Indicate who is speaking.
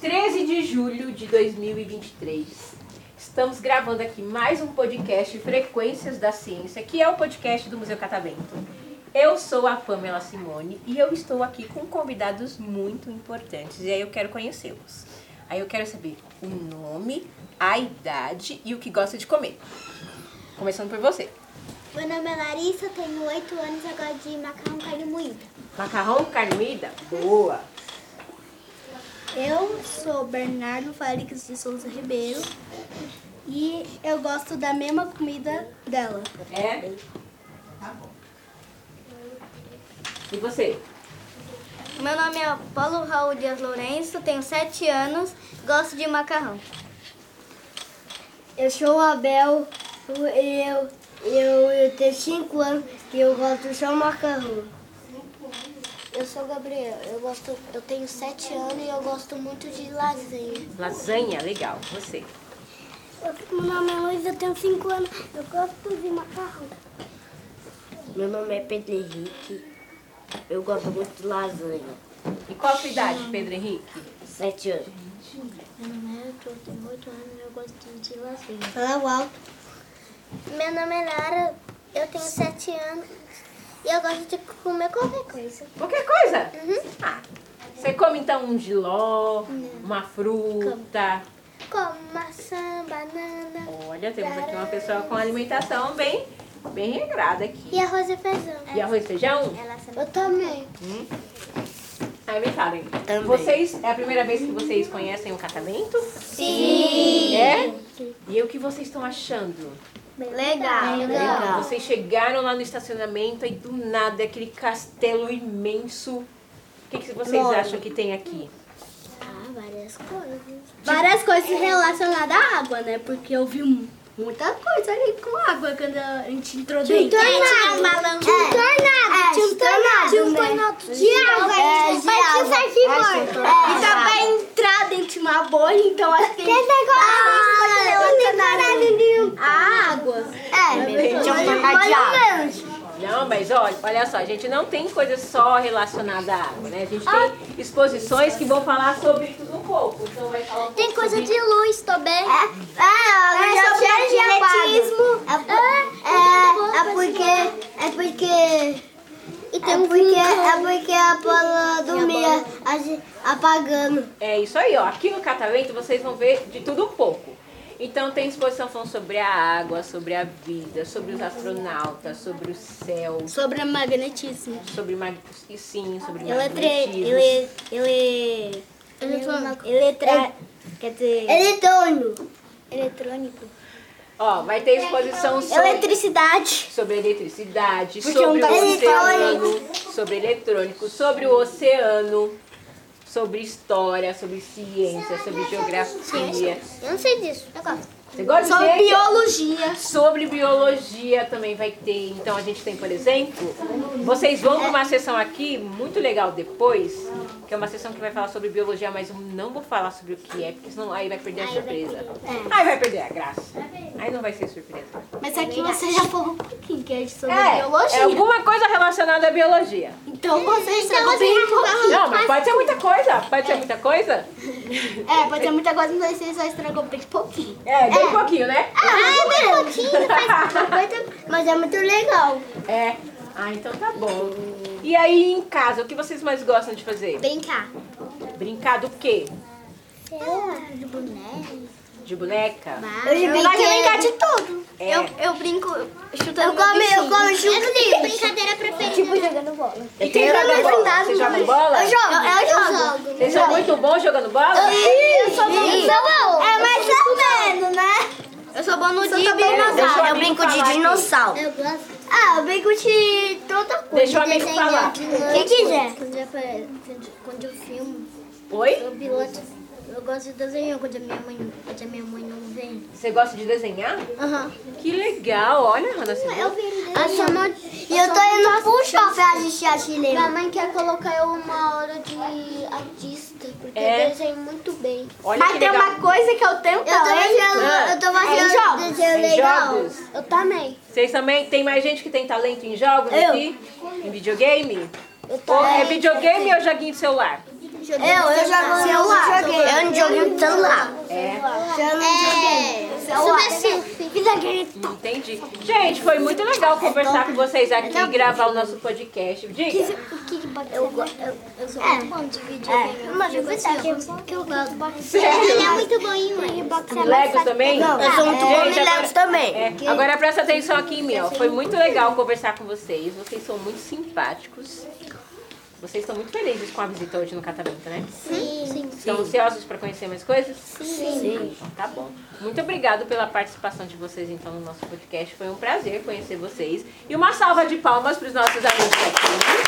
Speaker 1: 13 de julho de 2023. Estamos gravando aqui mais um podcast Frequências da Ciência, que é o podcast do Museu Catavento. Eu sou a Pamela Simone e eu estou aqui com convidados muito importantes e aí eu quero conhecê-los. Aí eu quero saber o nome, a idade e o que gosta de comer. Começando por você.
Speaker 2: Meu nome é Larissa, tenho 8 anos e eu gosto de macarrão carne moída.
Speaker 1: Macarrão, carne moída? Boa!
Speaker 2: Eu sou Bernardo Félix de Souza Ribeiro e eu gosto da mesma comida dela.
Speaker 1: É? E você?
Speaker 2: Meu nome é Paulo Raul Dias Lourenço, tenho 7 anos, gosto de macarrão. Eu sou o Abel, eu, eu, eu tenho 5 anos e eu gosto só de macarrão. Eu sou o Gabriel, eu, gosto, eu tenho 7 anos e eu gosto muito de lasanha.
Speaker 1: Lasanha, legal. Você?
Speaker 2: Meu nome é Luiz, eu tenho 5 anos, eu gosto de macarrão.
Speaker 3: Meu nome é Pedro Henrique. Eu gosto muito de lasanha.
Speaker 1: E qual a sua
Speaker 3: Hum.
Speaker 1: idade, Pedro Henrique?
Speaker 3: Sete anos.
Speaker 2: Meu nome é Arthur, tenho 8 anos eu gosto de lasanha. Fala uau. Meu nome é Lara, eu tenho 7 anos e eu gosto de comer qualquer coisa.
Speaker 1: Qualquer coisa?
Speaker 3: Uhum.
Speaker 1: Ah, você come então um giló, uma fruta.
Speaker 2: Como maçã, banana
Speaker 1: Olha, temos aqui uma pessoa com alimentação bem, bem regrada aqui.
Speaker 2: e arroz e feijão.
Speaker 3: É.
Speaker 1: E arroz e feijão?
Speaker 2: Eu também.
Speaker 1: Aí me falem.
Speaker 3: Também.
Speaker 1: Vocês, é a primeira vez que vocês conhecem o catamento? Sim! É? E o que vocês estão achando?
Speaker 2: Legal.
Speaker 3: Legal.
Speaker 1: Vocês chegaram lá no estacionamento e do nada é aquele castelo imenso. O que, que vocês acham que tem aqui?
Speaker 2: Ah, várias coisas.
Speaker 4: Várias
Speaker 2: é.
Speaker 4: coisas relacionadas à água, né? Porque eu vi mu- muita coisa ali com água quando a gente entrou dentro.
Speaker 2: tornado.
Speaker 4: É,
Speaker 2: Tinha um tornado. Tinha
Speaker 4: tipo,
Speaker 2: um tornado. Tinha um
Speaker 4: né?
Speaker 2: tornado de água.
Speaker 4: é,
Speaker 2: Mas tinha um sete
Speaker 4: tipo,
Speaker 2: morto.
Speaker 4: E já vai entrar dentro de uma bolha, então acho que a gente
Speaker 2: Ah,
Speaker 4: a água.
Speaker 2: É,
Speaker 4: É,
Speaker 3: Tinha um tacado de água.
Speaker 1: Não, mas olha, olha só, a gente não tem coisa só relacionada à água, né? A gente
Speaker 2: Ah.
Speaker 1: tem exposições que vão falar sobre tudo um pouco. Então vai falar um pouco
Speaker 2: Tem coisa
Speaker 1: sobre-
Speaker 2: de luz também. É,
Speaker 4: É sobre
Speaker 2: magnetismo. É, é porque...
Speaker 5: É porque.
Speaker 2: E
Speaker 5: É
Speaker 2: tem um
Speaker 5: porque,
Speaker 2: vulcão.
Speaker 5: é porque a bola dormia a gente apagando.
Speaker 1: É isso aí, ó. Aqui no Catavento vocês vão ver de tudo um pouco. Então tem exposição falando sobre a água, sobre a vida, sobre os astronautas, sobre o céu,
Speaker 4: Sobre magnetismo.
Speaker 1: sobre mag... e sim, sobre
Speaker 2: é
Speaker 4: Ele é
Speaker 1: magnetismo.
Speaker 4: ele ele eletrônico. quer dizer,
Speaker 5: é
Speaker 4: é
Speaker 5: Eletrônico.
Speaker 2: Eletrônico.
Speaker 1: Ó, vai ter exposição
Speaker 2: é
Speaker 1: sobre,
Speaker 4: eletricidade.
Speaker 1: sobre eletricidade,
Speaker 4: Porque não
Speaker 1: sobre
Speaker 4: tá
Speaker 1: o
Speaker 4: eletrônico.
Speaker 1: oceano, sobre eletrônico, sobre o oceano, sobre história, sobre ciência, sobre geografia.
Speaker 2: Eu não sei disso. Eu gosto.
Speaker 1: Você gosta de
Speaker 4: Sobre
Speaker 1: ciência?
Speaker 4: biologia.
Speaker 1: Sobre biologia também vai ter. Então a gente tem, por exemplo, vocês vão para uma sessão aqui muito legal depois, que é uma sessão que vai falar sobre biologia, mas eu não vou falar sobre o que é, porque senão aí vai perder a surpresa. Aí vai perder a graça. Aí não vai ser surpresa.
Speaker 4: Mas aqui você já falou um pouquinho que é sobre
Speaker 1: É,
Speaker 4: biologia.
Speaker 1: é alguma coisa relacionada à biologia.
Speaker 4: Então você sabe bem pouquinho.
Speaker 1: Não, mas pode ser muita coisa. Pode ser muita coisa?
Speaker 4: É, pode ter muita coisa, mas você só estragou bem um pouquinho.
Speaker 1: É, bem pouquinho, né?
Speaker 5: Ah, é Mas é muito legal.
Speaker 1: É. Ah, então tá bom. E aí em casa, o que vocês mais gostam de fazer?
Speaker 2: Brincar.
Speaker 1: Brincar do quê?
Speaker 2: Eu de boneco.
Speaker 1: De boneca?
Speaker 5: Eu já brinquei.
Speaker 4: de tudo.
Speaker 1: É.
Speaker 4: Eu, eu brinco chutando
Speaker 5: Eu como, eu
Speaker 4: bichinho.
Speaker 2: Eu
Speaker 5: como
Speaker 2: não tenho
Speaker 5: chute.
Speaker 2: brincadeira preferida.
Speaker 5: jogando bola.
Speaker 1: E quem joga bola? Você joga bola?
Speaker 5: Eu jogo. Eu jogo.
Speaker 1: Vocês são muito bons jogando bola?
Speaker 5: Eu sou bom. É mais ou menos, né?
Speaker 4: Eu sou boa no
Speaker 5: Eu sou
Speaker 4: dia.
Speaker 5: bem
Speaker 1: Deixa o
Speaker 5: legal.
Speaker 3: Eu
Speaker 1: amigo
Speaker 3: brinco de
Speaker 1: falar aqui.
Speaker 3: dinossauro.
Speaker 2: Eu gosto.
Speaker 5: Ah, eu brinco de toda coisa. né?
Speaker 1: Deixa o amigo falar.
Speaker 5: Quem quiser.
Speaker 2: Quando eu, fa- quando eu filmo,
Speaker 1: Oi?
Speaker 2: eu piloto. Eu gosto de desenhar quando a minha mãe, quando a minha mãe não vem.
Speaker 1: Você gosta de desenhar?
Speaker 2: Aham.
Speaker 1: Que legal, olha, Ana. Você viu?
Speaker 2: A sua mãe,
Speaker 5: E eu tô indo pro shopping assistir a chilena.
Speaker 2: minha mãe quer colocar eu uma hora de artista, porque porque
Speaker 1: É.
Speaker 2: eu desenho muito bem.
Speaker 1: Olha que
Speaker 5: Mas tem
Speaker 1: legal.
Speaker 5: uma coisa que eu tenho
Speaker 2: Eu tô
Speaker 5: talento.
Speaker 2: fazendo, eu tô
Speaker 5: É em
Speaker 2: fazendo
Speaker 5: jogos.
Speaker 2: desenho
Speaker 1: Em
Speaker 2: legal.
Speaker 1: jogos.
Speaker 2: Eu também.
Speaker 1: Vocês também? Tem mais gente que tem talento em jogos
Speaker 5: Eu.
Speaker 1: aqui? Em videogame?
Speaker 2: Eu
Speaker 1: Ou é
Speaker 2: também.
Speaker 1: videogame ou joguinho de celular?
Speaker 2: Eu,
Speaker 5: eu jogo no celular. Eu não joguei no celular.
Speaker 2: É, super surf.
Speaker 1: Hum, Entendi. Gente, foi muito
Speaker 6: É
Speaker 1: legal conversar com vocês aqui e gravar o nosso podcast. Diga.
Speaker 2: Eu, eu, eu sou muito bom de né? videogame. É, Mas eu gosto que eu gosto.
Speaker 1: Sério?
Speaker 2: Ele é muito bom em
Speaker 6: é
Speaker 2: Lego.
Speaker 1: Legos também?
Speaker 6: Eu sou
Speaker 5: É.
Speaker 6: muito bom
Speaker 1: Gente,
Speaker 6: de
Speaker 1: agora-
Speaker 6: Legos também.
Speaker 1: É, agora presta atenção aqui em mim, ó. Foi muito legal conversar com vocês. Vocês são muito simpáticos. Vocês estão muito felizes com a visita hoje no catamento, né?
Speaker 2: Sim, sim.
Speaker 1: Estão ansiosos para conhecer mais coisas?
Speaker 2: Sim.
Speaker 1: Então, tá bom. Muito obrigado pela participação de vocês então no nosso podcast. Foi um prazer conhecer vocês. E uma salva de palmas para os nossos amigos aqui.